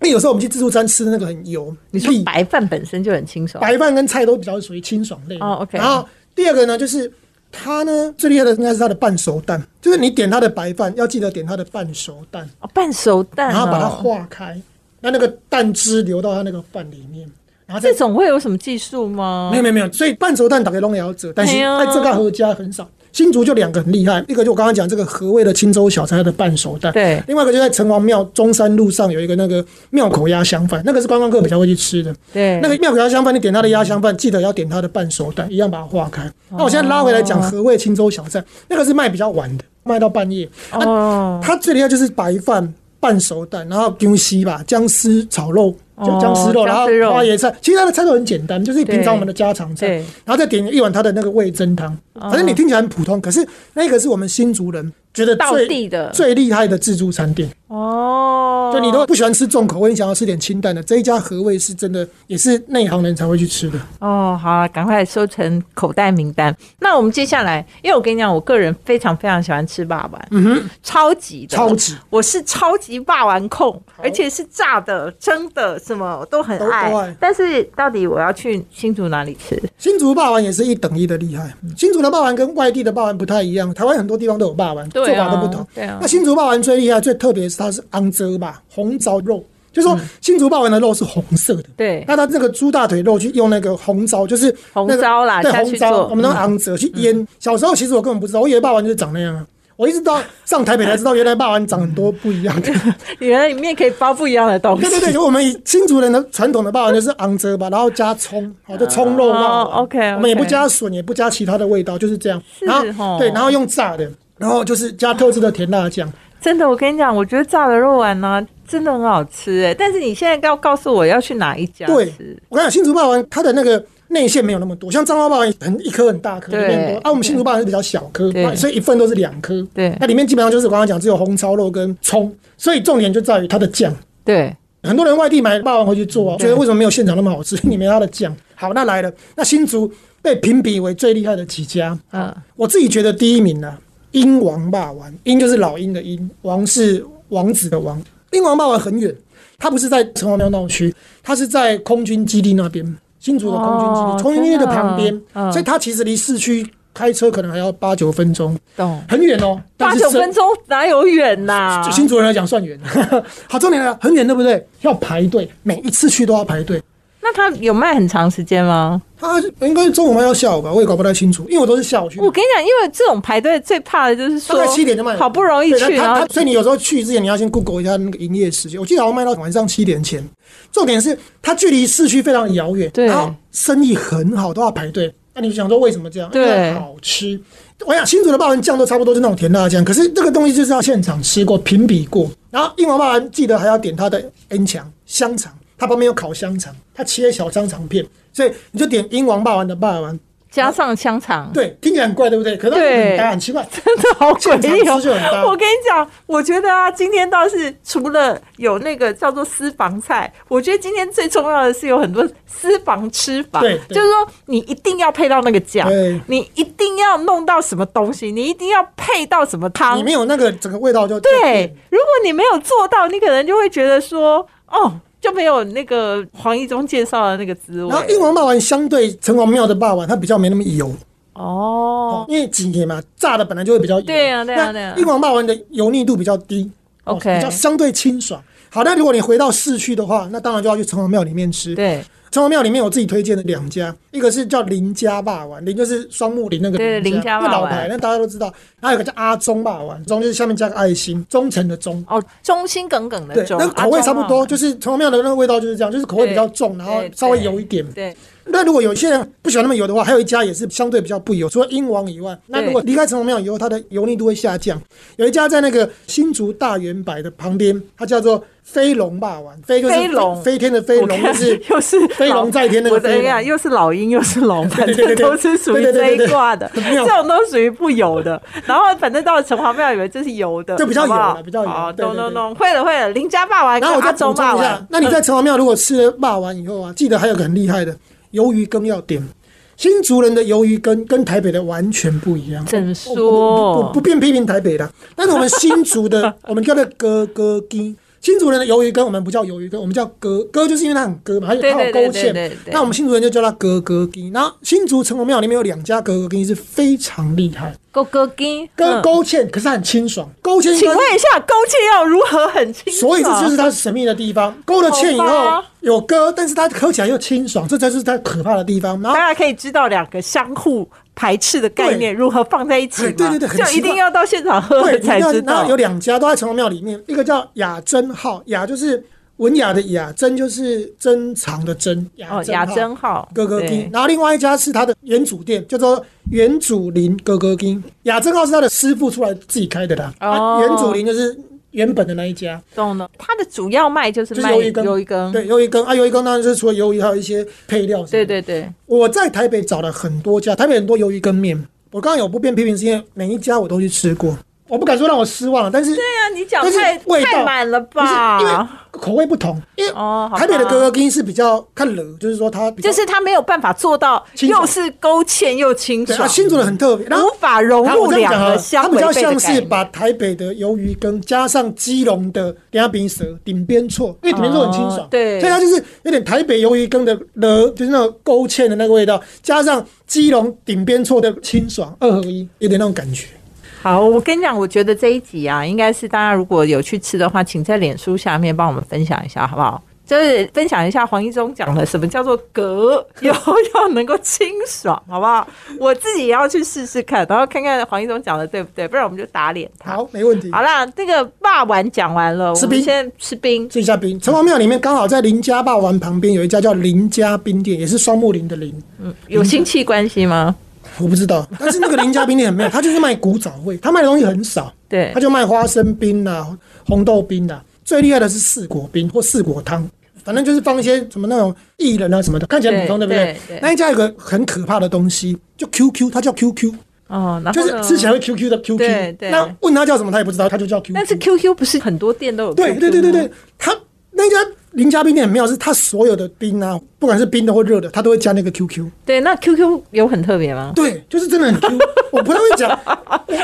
Speaker 4: 因为有时候我们去自助餐吃的那个很油，
Speaker 3: 你说
Speaker 4: 腻
Speaker 3: 白饭本身就很清爽，
Speaker 4: 白饭跟菜都比较属于清爽类的。
Speaker 3: 哦，OK
Speaker 4: 然后第二个呢，就是它呢最厉害的应该是它的半熟蛋，就是你点它的白饭要记得点它的半熟蛋，
Speaker 3: 哦，半熟蛋、哦，
Speaker 4: 然后把它化开。那那个蛋汁流到它那个饭里面，然后再
Speaker 3: 这种会有什么技术吗？
Speaker 4: 没有没有没有，所以半熟蛋打开龙也要折，但是
Speaker 3: 哎呀
Speaker 4: 在这个合家很少。新竹就两个很厉害，一个就我刚刚讲这个和味的青州小菜的半熟蛋，
Speaker 3: 对
Speaker 4: 另外一个就在城隍庙中山路上有一个那个庙口鸭香饭，那个是观光客比较会去吃的。
Speaker 3: 对，
Speaker 4: 那个庙口鸭香饭，你点它的鸭香饭，记得要点它的半熟蛋，一样把它化开。
Speaker 3: 哦
Speaker 4: 那我现在拉回来讲和味青州小菜，那个是卖比较晚的，卖到半夜。啊，
Speaker 3: 哦，
Speaker 4: 它最厉害就是白饭、半熟蛋，然后姜丝吧，姜丝炒肉。就姜丝肉，
Speaker 3: 哦
Speaker 4: 然后
Speaker 3: 姜丝肉
Speaker 4: 花椰菜，其实它的菜都很简单，就是平
Speaker 3: 对
Speaker 4: 常我们的家常菜。
Speaker 3: 对，哦
Speaker 4: 然后再点一碗他的那个味噌汤，反正你听起来很普通，可是那个是我们新族人觉得
Speaker 3: 道
Speaker 4: 最
Speaker 3: 地的
Speaker 4: 最厉害的自助餐店。
Speaker 3: 哦，
Speaker 4: 就你都不喜欢吃重口味，你想要吃点清淡的，这一家和味是真的也是内行人才会去吃的。
Speaker 3: 哦，好啊，赶快收成口袋名单。那我们接下来，因为我跟你讲，我个人非常非常喜欢吃霸丸，嗯哼，超级的，
Speaker 4: 超级，
Speaker 3: 我是超级霸王控，而且是炸的、蒸的，什么我都很
Speaker 4: 都
Speaker 3: 爱。
Speaker 4: 都爱
Speaker 3: 但是到底我要去新竹哪里吃？
Speaker 4: 新竹霸王也是一等一的厉害，新竹的霸王跟外地的霸王不太一样，台湾很多地方都有霸王，做
Speaker 3: 对啊
Speaker 4: 法都不同。
Speaker 3: 对啊
Speaker 4: 那新竹霸王最厉害、最特别是它是昂泽吧，红糟肉，就是说新竹霸王的肉是红色的。
Speaker 3: 对，
Speaker 4: 那它那个猪大腿肉去用那个红糟，就是、那个
Speaker 3: 红糟啦
Speaker 4: 对
Speaker 3: 下去
Speaker 4: 红糟，
Speaker 3: 做
Speaker 4: 我们
Speaker 3: 嗯
Speaker 4: 那昂折去腌。小时候其实我根本不知道，我以为霸王就是长那样啊。我一直到上台北才知道，原来霸王长很多不一样的。
Speaker 3: 原来里面可以包不一样的东西。
Speaker 4: 对对对，就我们以新竹人的传统的霸王就是昂折吧，然后加葱，哦，就葱肉霸
Speaker 3: 哦
Speaker 4: 王。
Speaker 3: ，OK，OK
Speaker 4: 我们也不加笋，也不加其他的味道，就是这样。然
Speaker 3: 哦
Speaker 4: 后对，然后用炸的，然后就是加特制的甜辣酱。
Speaker 3: 真的，我跟你讲，我觉得炸的肉丸呢、真的很好吃哎。但是你现在要告诉我要去哪一家
Speaker 4: 对
Speaker 3: 吃？，
Speaker 4: 我跟你讲，新竹霸王它的那个内馅没有那么多，像彰化霸王很一颗很大颗，
Speaker 3: 对
Speaker 4: 里面很多啊，我们新竹霸王是比较小颗
Speaker 3: 对，
Speaker 4: 所以一份都是两颗。
Speaker 3: 对
Speaker 4: 那里面基本上就是我刚刚讲只有红烧肉跟葱，所以重点就在于它的酱。
Speaker 3: 对
Speaker 4: 很多人外地买霸王回去
Speaker 3: 嗯
Speaker 4: 做啊，觉得为什么没有现场那么好吃？ 你没它的酱。好，那来了，那新竹被评比为最厉害的几家，
Speaker 3: 嗯，
Speaker 4: 我自己觉得第一名呢、啊，英王霸王，英就是老鹰的鹰，王是王子的王。英王霸王很远，它不是在城隍庙闹区，它是在空军基地那边，新竹的空军基
Speaker 3: 哦
Speaker 4: 地，空军基地的旁边
Speaker 3: 真，的嗯
Speaker 4: 所以它其实离市区开车可能还要八九分钟，
Speaker 3: 懂。
Speaker 4: 很远哦。但
Speaker 3: 八
Speaker 4: 是
Speaker 3: 九
Speaker 4: 是
Speaker 3: 分钟哪有远呐、
Speaker 4: 就新竹人来讲算远， 好，重点来了，很远对不对？要排队，每一次去都要排队。
Speaker 3: 那他有卖很长时间吗？
Speaker 4: 他应该是中午卖到下午吧，我也搞不太清楚，因为我都是下午去。
Speaker 3: 我跟你讲，因为这种排队最怕的就是
Speaker 4: 大
Speaker 3: 说
Speaker 4: 概七点就卖了，
Speaker 3: 好不容易
Speaker 4: 对
Speaker 3: 去，
Speaker 4: 他
Speaker 3: 然
Speaker 4: 他
Speaker 3: 后
Speaker 4: 他所以你有时候去之前，你要先 Google 一下那个营业时间。我记得好像卖到晚上七点前。重点是它距离市区非常遥远，
Speaker 3: 对
Speaker 4: 然后生意很好，都要排队。那你想说为什么这样？
Speaker 3: 对
Speaker 4: 因为好吃。我想新竹的霸王酱都差不多是那种甜辣酱，可是这个东西就是要现场吃过、评比过。然后英王霸王记得还要点它的 N 强香肠，它旁边有烤香肠，它切小香肠片，所以你就点英王霸王的霸王。
Speaker 3: 加上香肠，
Speaker 4: 对，听起来很怪，对不对？可是它
Speaker 3: 对
Speaker 4: 很搭，很奇怪。
Speaker 3: 真的好诡异
Speaker 4: 现场吃就很
Speaker 3: 哦！
Speaker 4: 搭
Speaker 3: 我跟你讲，我觉得啊，今天倒是除了有那个叫做私房菜，我觉得今天最重要的是有很多私房吃法，
Speaker 4: 对对
Speaker 3: 就是说你一定要配到那个酱
Speaker 4: 对，
Speaker 3: 你一定要弄到什么东西，你一定要配到什么汤
Speaker 4: 你，没有那个整个味道就
Speaker 3: 对，如果你没有做到，你可能就会觉得说，哦，就没有那个黄一中介绍的那个滋味
Speaker 4: 然后英王霸王相对城隍庙的霸王，它比较没那么油，
Speaker 3: 哦。
Speaker 4: 因为几年嘛，炸的本来就会比较油。
Speaker 3: 对啊对啊
Speaker 4: 那
Speaker 3: 对啊
Speaker 4: 英王霸王的油腻度比较低
Speaker 3: OK
Speaker 4: 哦比较相对清爽。好，那如果你回到市区的话，那当然就要去城隍庙里面吃。，
Speaker 3: 对
Speaker 4: 城隍庙里面我自己推荐的两家，一个是叫林家霸王，林就是双木林那个
Speaker 3: 对林家
Speaker 4: 那
Speaker 3: 霸王
Speaker 4: 老牌，那大家都知道。还有一个叫阿忠霸王，忠就是下面加个爱心，忠诚的忠。
Speaker 3: 哦，忠心耿耿的
Speaker 4: 对，
Speaker 3: 忠，
Speaker 4: 那个口味差不
Speaker 3: 阿
Speaker 4: 多，
Speaker 3: 忠啊
Speaker 4: 就是城隍庙的那个味道就是这样，就是口味比较重，然后
Speaker 3: 对
Speaker 4: 稍微油一点。
Speaker 3: 对
Speaker 4: 那如果有些人不喜欢那么油的话，还有一家也是相对比较不油，除了英王以外，那如果离开城隍庙以后，它的油腻度会下降。有一家在那个新竹大圆柏的旁边，它叫做飞龙霸王，飞就是
Speaker 3: 飞龙
Speaker 4: 飞天的飞
Speaker 3: 我
Speaker 4: 龙，
Speaker 3: 看
Speaker 4: 就是
Speaker 3: 又是
Speaker 4: 飞
Speaker 3: 老
Speaker 4: 龙在天那个
Speaker 3: 我的
Speaker 4: 飞
Speaker 3: 呀，
Speaker 4: 龙。
Speaker 3: 又是老鹰又是龙，反
Speaker 4: 对
Speaker 3: 正
Speaker 4: 对对
Speaker 3: 都是属于
Speaker 4: 对对
Speaker 3: 这
Speaker 4: 对
Speaker 3: 一
Speaker 4: 对
Speaker 3: 挂的，
Speaker 4: 很妙
Speaker 3: 这种都属于不油的。然后反正到了城隍庙以为这是油的，
Speaker 4: 就比较
Speaker 3: 好不好
Speaker 4: 油了比较油
Speaker 3: 好，
Speaker 4: 对对
Speaker 3: 懂
Speaker 4: 对
Speaker 3: 懂懂，会了会了，林家霸王跟
Speaker 4: 然后我
Speaker 3: 阿
Speaker 4: 再补
Speaker 3: 忠
Speaker 4: 充
Speaker 3: 霸
Speaker 4: 一下
Speaker 3: 王，，
Speaker 4: 那你在城隍庙如果吃了霸王以后啊，记得还有个很厉害的鱿鱼羹要点。新竹人的鱿鱼羹跟台北的完全不一样，
Speaker 3: 怎
Speaker 4: 我我不
Speaker 3: 说
Speaker 4: 不不便批评台北的，但是我们新 竹的，我们叫做哥哥羹。新竹人的鱿鱼羹，我们不叫鱿鱼羹，我们叫哥哥，就是因为它很割嘛，它有它
Speaker 3: 对对
Speaker 4: 有
Speaker 3: 对
Speaker 4: 勾
Speaker 3: 对对
Speaker 4: 芡。
Speaker 3: 对
Speaker 4: 那我们新竹人就叫它哥哥羹。然后新竹城隍庙里面有两家哥哥羹是非常厉害，
Speaker 3: 勾勾筋，
Speaker 4: 跟
Speaker 3: 嗯
Speaker 4: 勾芡，可是它很清爽。勾芡
Speaker 5: 请
Speaker 4: 跟
Speaker 5: 问一下，勾芡要如何很清楚？
Speaker 3: 啊
Speaker 4: 所以这就是它神秘的地方。勾了芡以
Speaker 5: 好
Speaker 4: 后
Speaker 5: 吧
Speaker 4: 有歌，但是它喝起来又清爽，这才是它可怕的地方。然后
Speaker 5: 大家可以知道两个相互排斥的概念如何放在一起吗？
Speaker 4: 哎对对对很
Speaker 5: 就
Speaker 4: 奇
Speaker 5: 一
Speaker 4: 怪
Speaker 5: 定要到现场喝
Speaker 4: 对，
Speaker 5: 了才
Speaker 4: 那
Speaker 5: 知道
Speaker 4: 那。有两家都在城隍庙里面，一个叫雅珍号，雅就是文雅的雅，珍就是珍藏的珍，雅
Speaker 3: 哦，
Speaker 4: 珍
Speaker 3: 雅
Speaker 4: 号。
Speaker 3: 珍号，
Speaker 4: 哥哥
Speaker 3: 对
Speaker 4: 金，然后另外一家是他的原主店，叫做原主林哥哥金。雅珍号是他的师傅出来自己开的啦，
Speaker 3: 哦
Speaker 4: 啊原主林就是原本的那一家，
Speaker 3: 懂了。它的主要卖就是
Speaker 4: 就是
Speaker 3: 卖
Speaker 4: 鱿鱼羹，
Speaker 3: 鱿鱼羹，
Speaker 4: 对，鱿鱼羹啊，鱿鱼羹当然是除了鱿鱼，还有一些配料。
Speaker 3: 对，对对，
Speaker 4: 我在台北找了很多家，台北很多鱿鱼羹面，我刚刚有不便批评，是因为每一家我都去吃过，我不敢说让我失望了，但是
Speaker 3: 对啊，你讲
Speaker 4: 但是
Speaker 3: 太
Speaker 4: 味道
Speaker 3: 太满了
Speaker 4: 不是因为
Speaker 3: 吧？
Speaker 4: 口味不同，因为
Speaker 3: 哦好吧
Speaker 4: 台北的哥哥羹是比较看冷，就是说它比较
Speaker 5: 就是他没有办法做到，
Speaker 4: 清爽
Speaker 5: 又是勾芡又清
Speaker 4: 对啊，
Speaker 5: 爽，
Speaker 4: 新竹的很特别，然后
Speaker 5: 无法融
Speaker 4: 好
Speaker 5: 入
Speaker 4: 我这样
Speaker 5: 两
Speaker 4: 讲
Speaker 5: 个
Speaker 4: 啊，
Speaker 5: 相
Speaker 4: 它
Speaker 5: 违
Speaker 4: 比较
Speaker 5: 背的
Speaker 4: 像
Speaker 5: 概
Speaker 4: 是
Speaker 5: 念。
Speaker 4: 把台北的鱿鱼羹加上基隆的鸭饼蛇顶边错，因为顶边错很清爽，
Speaker 3: 哦对
Speaker 4: 所以它就是有点台北鱿鱼羹的了，就是那种勾芡的那个味道，加上基隆顶边错的清爽，二合一，有点那种感觉。
Speaker 3: 好，我跟你讲，我觉得这一集啊，应该是大家如果有去吃的话，请在脸书下面帮我们分享一下，好不好？就是分享一下黄一中讲的什么叫做格， 有要能够清爽，好不好？我自己也要去试试看，然后看看黄一中讲的对不对，不然我们就打脸他。
Speaker 4: 好，没问题。
Speaker 3: 好啦，这个霸丸讲完了，
Speaker 4: 吃
Speaker 3: 我
Speaker 4: 冰
Speaker 3: 们现在吃冰。
Speaker 4: 这家冰，城隍庙里面刚好在林家霸王旁边有一家叫林家冰店，也是双木林的林，
Speaker 3: 有亲戚关系吗？
Speaker 4: 我不知道，但是那个林家冰店很妙，他就是卖古早味，他卖的东西很少，
Speaker 3: 对
Speaker 4: 他，就卖花生冰啊、红豆冰啊，最厉害的是四果冰或四果汤，反正就是放一些什么那种薏仁啊什么的，看起来很普通，对
Speaker 3: 对
Speaker 4: 不对？
Speaker 3: 对对
Speaker 4: 那一家有个很可怕的东西，就 QQ，它叫 QQ，
Speaker 3: 哦，然后
Speaker 4: 就是
Speaker 3: 呢
Speaker 4: 吃起来会 QQ 的 QQ。
Speaker 3: 对对
Speaker 4: 那问他叫什么，他也不知道，他就叫 QQ。
Speaker 3: 但是哦 QQ 不是很多店都有 QQ
Speaker 4: 对
Speaker 3: 吗
Speaker 4: 对对对对，他那家林家冰店很妙，是他所有的冰啊，不管是冰的或热的，他都会加那个 QQ。
Speaker 3: 对，那 QQ 有很特别吗？
Speaker 4: 对，就是真的很 Q，我不太会讲，我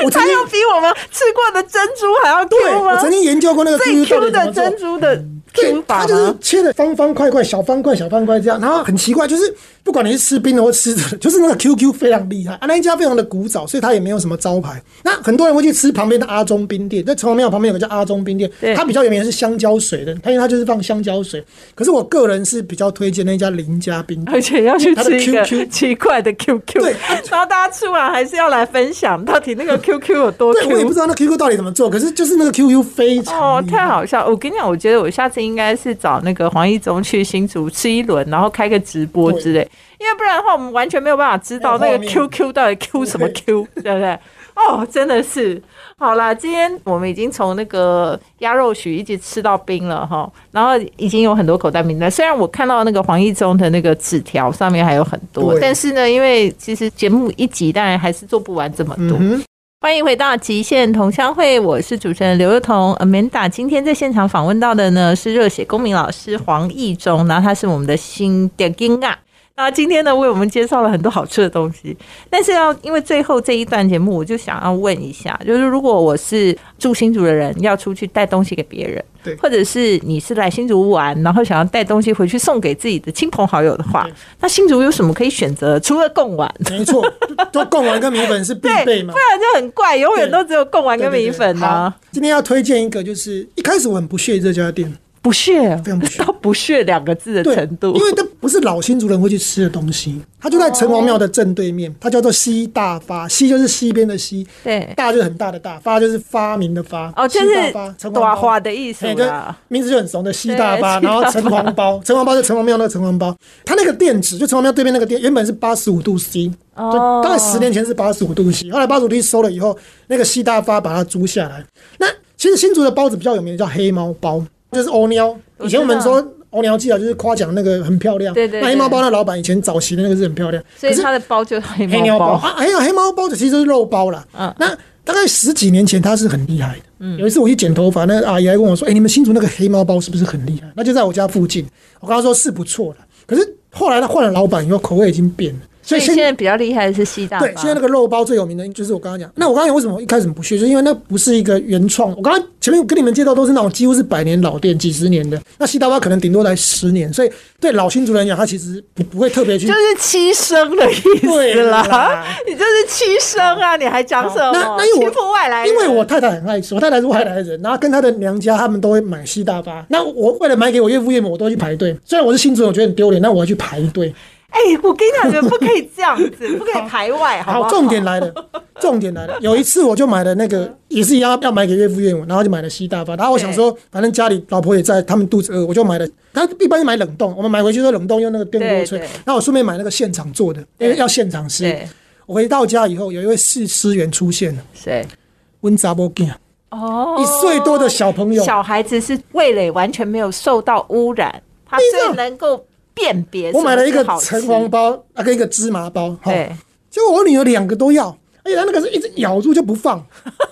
Speaker 4: 我曾
Speaker 5: 它
Speaker 4: 经
Speaker 5: 又比我们吃过的珍珠还要
Speaker 4: 对
Speaker 5: Q
Speaker 4: 我
Speaker 5: 吗
Speaker 4: 曾？经研究过那个
Speaker 5: 最 Q
Speaker 4: QQ 到底怎
Speaker 5: 的
Speaker 4: 么做
Speaker 5: 珍珠的 Q
Speaker 4: 对，
Speaker 5: 法
Speaker 4: 它就是
Speaker 5: 吗？
Speaker 4: 切的方方块块、小方块、小方块这样，然后很奇怪，就是不管你是吃冰的或吃的，就是那个 QQ 非常厉害啊，那一家非常的古早，所以它也没有什么招牌。那很多人会去吃旁边的阿中冰店，在城隍庙旁边有个叫阿中冰店
Speaker 3: 对，
Speaker 4: 它比较有名的是香蕉水的，它因为它就是放香蕉水。可是我个人是比较推荐那家林家冰店，
Speaker 5: 而且要去吃一
Speaker 4: 它
Speaker 5: 个
Speaker 4: 的 QQ
Speaker 5: 奇怪的 QQ，
Speaker 4: 对
Speaker 5: 然后大家吃完还是要来分享到底那个 QQ 有多
Speaker 4: 对我也不
Speaker 5: Q。
Speaker 4: 知道那 QQ 到底怎么做，可是就是那个 QQ 非
Speaker 3: 哦
Speaker 4: 常，厉害
Speaker 3: 太好笑！我跟你讲，我觉得我下次应该是找那个黄一中去新竹吃一轮，然后开个直播之类，因为不然的话，我们完全没有办法知道
Speaker 4: 没
Speaker 3: 那个
Speaker 4: 有画面
Speaker 3: QQ 到底 Q 什么 Q，对不对？哦，真的是。好啦，今天我们已经从那个鸭肉许一直吃到冰了哈，然后已经有很多口袋名单。虽然我看到那个黄一中的那个纸条上面还有很多，
Speaker 4: 对
Speaker 3: 但是呢，因为其实节目一集当然还是做不完这么多。
Speaker 4: 嗯哼。
Speaker 3: 欢迎回到极限同乡会，我是主持人刘幼彤 Amanda。今天在现场访问到的呢是热血公民老师黄义中，然后他是我们的新的金啊。那今天呢，为我们介绍了很多好吃的东西，但是要因为最后这一段节目，我就想要问一下，就是如果我是住新竹的人，要出去带东西给别人，
Speaker 4: 对
Speaker 3: 或者是你是来新竹玩，然后想要带东西回去送给自己的亲朋好友的话
Speaker 4: 对，
Speaker 3: 那新竹有什么可以选择？除了贡丸，
Speaker 4: 没错，就贡丸跟米粉是必
Speaker 3: 对，
Speaker 4: 备嘛
Speaker 3: 不。然就很怪，永远都只有贡丸跟米粉啊
Speaker 4: 对对对
Speaker 3: 呢、
Speaker 4: 好今天要推荐一个，就是一开始我很不屑这家店，
Speaker 3: 不屑，
Speaker 4: 非常不屑
Speaker 3: 到不屑两个字 的
Speaker 4: 对
Speaker 3: 程，度
Speaker 4: 因。为它不是老新族人会去吃的东西，它就在城隍庙的正对面，它叫做西大发，西就是西边的西，
Speaker 3: 对，
Speaker 4: 大就是很大的大，发就是发明的发，
Speaker 3: 哦，就
Speaker 4: 西大
Speaker 3: 是
Speaker 4: 发城
Speaker 3: 大
Speaker 4: 隍包
Speaker 3: 花。的意思
Speaker 4: 哎，就
Speaker 3: 啦。
Speaker 4: 名字就很怂的西大发，
Speaker 3: 对
Speaker 4: 然后城隍 包，城隍包就城隍庙那个城隍包，它那个店址就城隍庙对面那个店，原本是八十五度 C，就
Speaker 3: 哦
Speaker 4: 大概十年前是八十五度 C，后来八十五度 C 收了以后，那个西大发把它租下来。那其实新竹的包子比较有名的叫黑猫包，就是欧喵。
Speaker 3: 我知道
Speaker 4: 以前我们说欧喵记啊，就是夸奖那个很漂亮。
Speaker 3: 对对对
Speaker 4: 那黑猫包那老板以前早期的那个是很漂亮，
Speaker 3: 所以
Speaker 4: 可是
Speaker 3: 它的包就是黑
Speaker 4: 黑猫
Speaker 3: 猫
Speaker 4: 包
Speaker 3: 包。
Speaker 4: 啊，还有黑猫包子其实就是肉包啦。
Speaker 3: 嗯
Speaker 4: 那大概十几年前它是很厉害的。有一次我去剪头发，那个阿姨还跟我说：“哎、你们新竹那个黑猫包是不是很厉害？”那就在我家附近。我跟她说是不错的，可是后来她换了老板以后，口味已经变了。所以
Speaker 3: 现
Speaker 4: 现
Speaker 3: 在比较厉害的是西大
Speaker 4: 对，现在那
Speaker 3: 个
Speaker 4: 个肉包最有名的就是我刚刚讲，那我刚刚讲为什么一开始不去，就是因为那不是一个原创。我刚刚前面跟你们介绍都是那种几乎是百年老店、几十年的，那西大巴可能顶多来十年，所以对老新竹人讲，他其实不不会特别去
Speaker 3: 就是欺生的意
Speaker 4: 对
Speaker 3: 思啦
Speaker 4: 啦，
Speaker 3: 你就是欺生啊，你还讲什么？
Speaker 4: 那那因为
Speaker 3: 欺负外来
Speaker 4: 我
Speaker 3: 人，
Speaker 4: 因为我太太很爱吃，我太太是外来人，然后跟她的娘家他们都会买西大巴。那我为了买给我岳父岳母，我都会去排队。虽然我是新主人，我觉得很丢脸，那我要去排队。
Speaker 3: 哎、我跟你讲，你们不可以这样 子，不可以排外，好不好？嗯
Speaker 4: 好，重点来了，重点来了。有一次我就买了那个，也是一样要买给岳父岳母，然后就买了西大巴。然后我想说，反正家里老婆也在，他们肚子饿，我就买了。他一般是买冷冻，我们买回去都冷冻，用那个电锅吹
Speaker 3: 对对。
Speaker 4: 然后我顺便买那个现场做的，因为要现场吃
Speaker 3: 对。
Speaker 4: 我回到家以后，有一位试吃员出现了，
Speaker 3: 谁？
Speaker 4: 温扎波金，
Speaker 3: 哦，
Speaker 4: 一岁多的小朋友，
Speaker 3: 小孩子是味蕾完全没有受到污染，他最能够辨别。
Speaker 4: 我买了一个
Speaker 3: 橙
Speaker 4: 橙黄，包啊，跟一个芝麻包，哈
Speaker 3: 对，
Speaker 4: 结果我女儿两个都要，而且她那个是一直咬住就不放。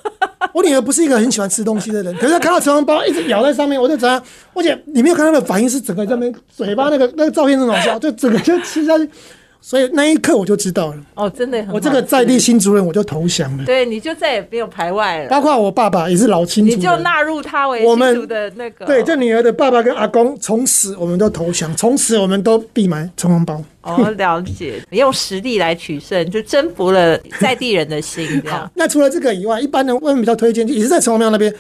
Speaker 4: 我女儿不是一个很喜欢吃东西的人，可是她看到橙黄包一直咬在上面，我就怎样？而且你没有看她的反应是整个在那边嘴巴那个那个照片很好 笑，就整个就吃下去。所以那一刻我就知道了，
Speaker 3: 哦，真的很好吃。
Speaker 4: 我这个在地新族人我就投降了。
Speaker 3: 对，你就再也没有排外了，
Speaker 4: 包括我爸爸也是老清
Speaker 3: 你
Speaker 4: 族
Speaker 3: 就
Speaker 4: 人，
Speaker 3: 纳入他为
Speaker 4: 我们
Speaker 3: 新竹的那个。
Speaker 4: 对，这女儿的爸爸跟阿公，从此我们都投降，从此我们都必买橙黄包。
Speaker 3: 哦，了解，用实力来取胜，就征服了在地人的心，这样。
Speaker 4: 那除了这个以外，一般人我们比较推荐，也是在城隍庙那边，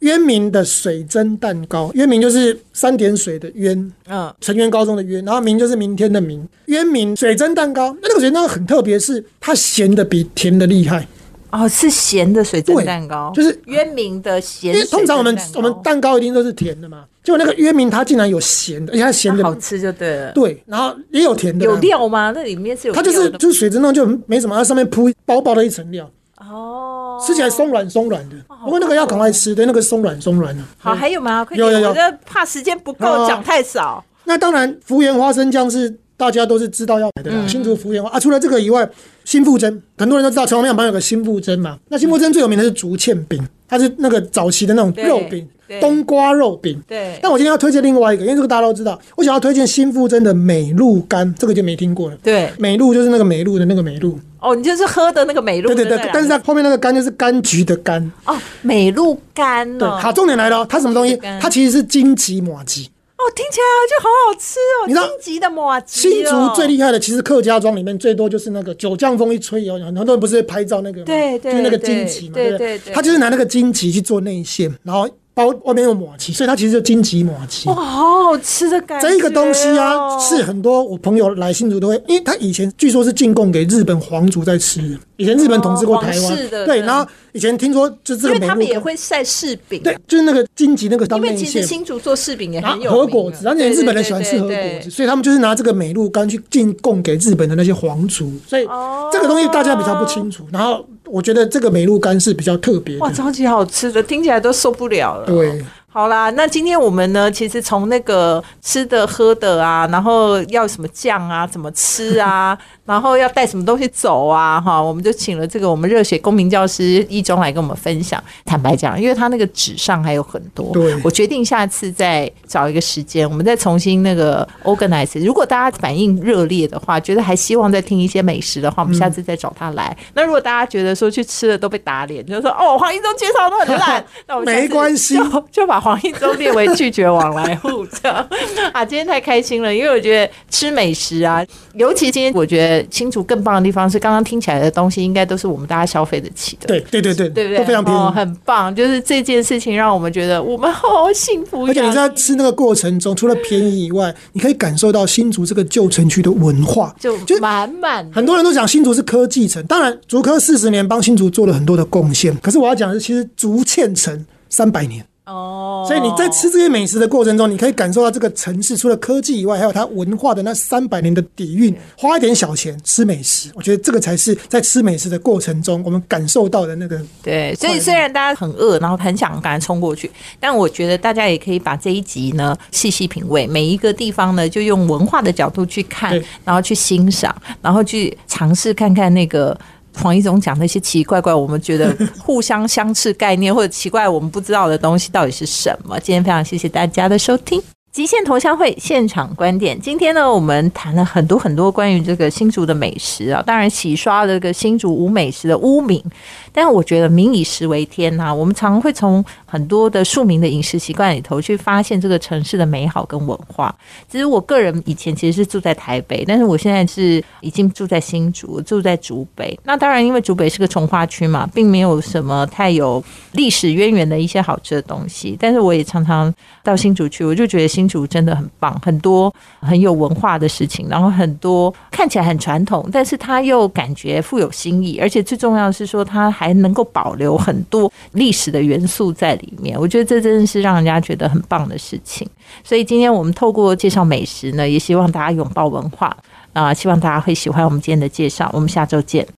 Speaker 4: 渊明的水蒸蛋糕。渊明就是三点水的渊，
Speaker 3: 嗯，
Speaker 4: 成渊高中的渊，然后明就是明天的明。渊明水蒸蛋糕，那那个水蒸蛋糕很特别，是它咸的比甜的厉害。
Speaker 3: 哦，是咸的水蒸
Speaker 4: 对
Speaker 3: 蛋糕，
Speaker 4: 就是
Speaker 3: 渊明的咸
Speaker 4: 因
Speaker 3: 水蒸蛋糕。
Speaker 4: 为通常我们我们蛋糕一定都是甜的嘛，结果那个渊明它竟然有咸的，而且它咸
Speaker 3: 它好
Speaker 4: 的
Speaker 3: 吃就对了。
Speaker 4: 对，然后也有甜的啦，
Speaker 3: 有料吗？那里面是有
Speaker 4: 它就是
Speaker 3: 料的
Speaker 4: 就是水蒸蛋糕就没什么，它上面铺薄薄的一层料，
Speaker 3: 哦，
Speaker 4: 吃起来松软松软的。不过那个要赶快吃，对，那个松软松软的。
Speaker 3: 好，还有吗？快
Speaker 4: 嗯有
Speaker 3: 点
Speaker 4: 有有
Speaker 3: 我觉得怕时间不够，
Speaker 4: 哦
Speaker 3: 讲太少。
Speaker 4: 那当然，福源花生酱是大家都是知道要买的啦。新竹福源花啊，除了这个以外，新富珍很多人都知道，城隍庙旁边有个新富珍嘛。那新富珍最有名的是竹签饼，它是那个早期的那种
Speaker 3: 对
Speaker 4: 肉饼
Speaker 3: 对，
Speaker 4: 冬瓜肉饼。
Speaker 3: 对，
Speaker 4: 但我今天要推荐另外一个，因为这个大家都知道，我想要推荐新富珍的美露干，这个就没听过了。
Speaker 3: 对，
Speaker 4: 美露就是那个美露的那个美露，
Speaker 3: 哦，你就是喝的那个美露，
Speaker 4: 对对对
Speaker 3: 不，
Speaker 4: 但是它后面那个柑就是柑橘的柑。
Speaker 3: 哦，美露干
Speaker 4: 对，
Speaker 3: 哦，
Speaker 4: 好，重点来了哦，它什么东西
Speaker 3: 柑橘的柑？
Speaker 4: 它其实是荆棘马吉。
Speaker 3: 哦，听起来就好好吃哦，
Speaker 4: 你知道
Speaker 3: 荆棘的抹吉哦，
Speaker 4: 新竹最厉害的，其实客家庄里面最多就是那个九降风一吹以后，很多人不是拍照那个吗，
Speaker 3: 对对
Speaker 4: 就是那个荆棘嘛，
Speaker 3: 对
Speaker 4: 不
Speaker 3: 对对
Speaker 4: 他就是拿那个荆棘去做内馅，然后包外面有抹旗，所以它其实就荆棘抹旗。
Speaker 3: 哇，哦好好吃的感觉哦。
Speaker 4: 这个东西啊，是很多我朋友来新竹都会，因为他以前据说是进贡给日本皇族在吃的，以前日本统治过
Speaker 3: 哦
Speaker 4: 台
Speaker 3: 皇
Speaker 4: 湾
Speaker 3: 室的，
Speaker 4: 对，
Speaker 3: 对
Speaker 4: 然后以前听说就这
Speaker 3: 因
Speaker 4: 个
Speaker 3: 为
Speaker 4: 美
Speaker 3: 他们
Speaker 4: 露
Speaker 3: 也
Speaker 4: 羹，
Speaker 3: 会晒柿饼，
Speaker 4: 对，，就是那个荆棘那个当
Speaker 3: 因为
Speaker 4: 内
Speaker 3: 其实
Speaker 4: 馅。
Speaker 3: 新竹做柿饼也
Speaker 4: 啊
Speaker 3: 很有名啊
Speaker 4: 和果子，而且日本人喜欢吃和
Speaker 3: 对对
Speaker 4: 果
Speaker 3: 对
Speaker 4: 子，
Speaker 3: 对
Speaker 4: 所以他们就是拿这个美露干去进贡给日本的那些皇族，所以
Speaker 3: 哦
Speaker 4: 这个东西大家比较不清楚。然后我觉得这个美露干是比较特别
Speaker 3: 哇，
Speaker 4: 的，
Speaker 3: 超级好吃的，听起来都受不了了。
Speaker 4: 对，
Speaker 3: 好啦，那今天我们呢，其实从那个吃的、喝的啊，然后要什么酱啊，怎么吃 啊，然后要带什么东西走啊，哈，我们就请了这个我们热血公民教师一中来跟我们分享。坦白讲，因为他那个纸上还有很多，
Speaker 4: 对
Speaker 3: 我决定下次再找一个时间，我们再重新那个 organize。如果大家反应热烈的话，觉得还希望再听一些美食的话，我们下次再找他 来。那如果大家觉得说去吃的都被打脸，就说哦，黄一中介绍都很烂，那我们下次
Speaker 4: 没关系
Speaker 3: 就就把黄一舟列为拒绝往来户，这样啊，今天太开心了，因为我觉得吃美食啊，尤其今天我觉得新竹更棒的地方是，刚刚听起来的东西应该都是我们大家消费得起的，
Speaker 4: 对对对对，
Speaker 3: 对不对？
Speaker 4: 都非常便
Speaker 3: 哦，
Speaker 4: 宜。
Speaker 3: 很棒，就是这件事情让我们觉得我们好幸福呀。
Speaker 4: 而且你在吃那个过程中，除了便宜以外，你可以感受到新竹这个旧城区的文化，
Speaker 3: 就
Speaker 4: 就
Speaker 3: 满满的
Speaker 4: 很多人都讲新竹是科技城，当然竹科四十年帮新竹做了很多的贡献。可是我要讲的是，其实竹堑城三百年。
Speaker 3: 哦，
Speaker 4: 所以你在吃这些美食的过程中，你可以感受到这个城市除了科技以外，还有它文化的那三百年的底蕴。花一点小钱吃美食，我觉得这个才是在吃美食的过程中我们感受到的那个。
Speaker 3: 对，所以虽然大家很饿，然后很想赶快冲过去，但我觉得大家也可以把这一集呢细细品味，每一个地方呢就用文化的角度去看
Speaker 4: 对，
Speaker 3: 然后去欣赏，然后去尝试看看那个。黄一总讲那些奇奇怪怪，我们觉得互相相斥概念或者奇怪我们不知道的东西到底是什么。今天非常谢谢大家的收听。极限同乡会现场观点。今天呢，我们谈了很多很多关于这个新竹的美食啊，当然洗刷了这个新竹无美食的污名。但我觉得民以食为天呐、我们常会从很多的庶民的饮食习惯里头去发现这个城市的美好跟文化。其实我个人以前其实是住在台北，但是我现在是已经住在新竹，住在竹北。那当然，因为竹北是个从化区嘛，并没有什么太有历史渊源的一些好吃的东西。但是我也常常到新竹去，我就觉得新竹真的很棒，很多很有文化的事情，然后很多看起来很传统，但是它又感觉富有新意，而且最重要的是说，它还能够保留很多历史的元素在里面。我觉得这真的是让人家觉得很棒的事情。所以今天我们透过介绍美食呢，也希望大家拥抱文化啊、希望大家会喜欢我们今天的介绍。我们下周见。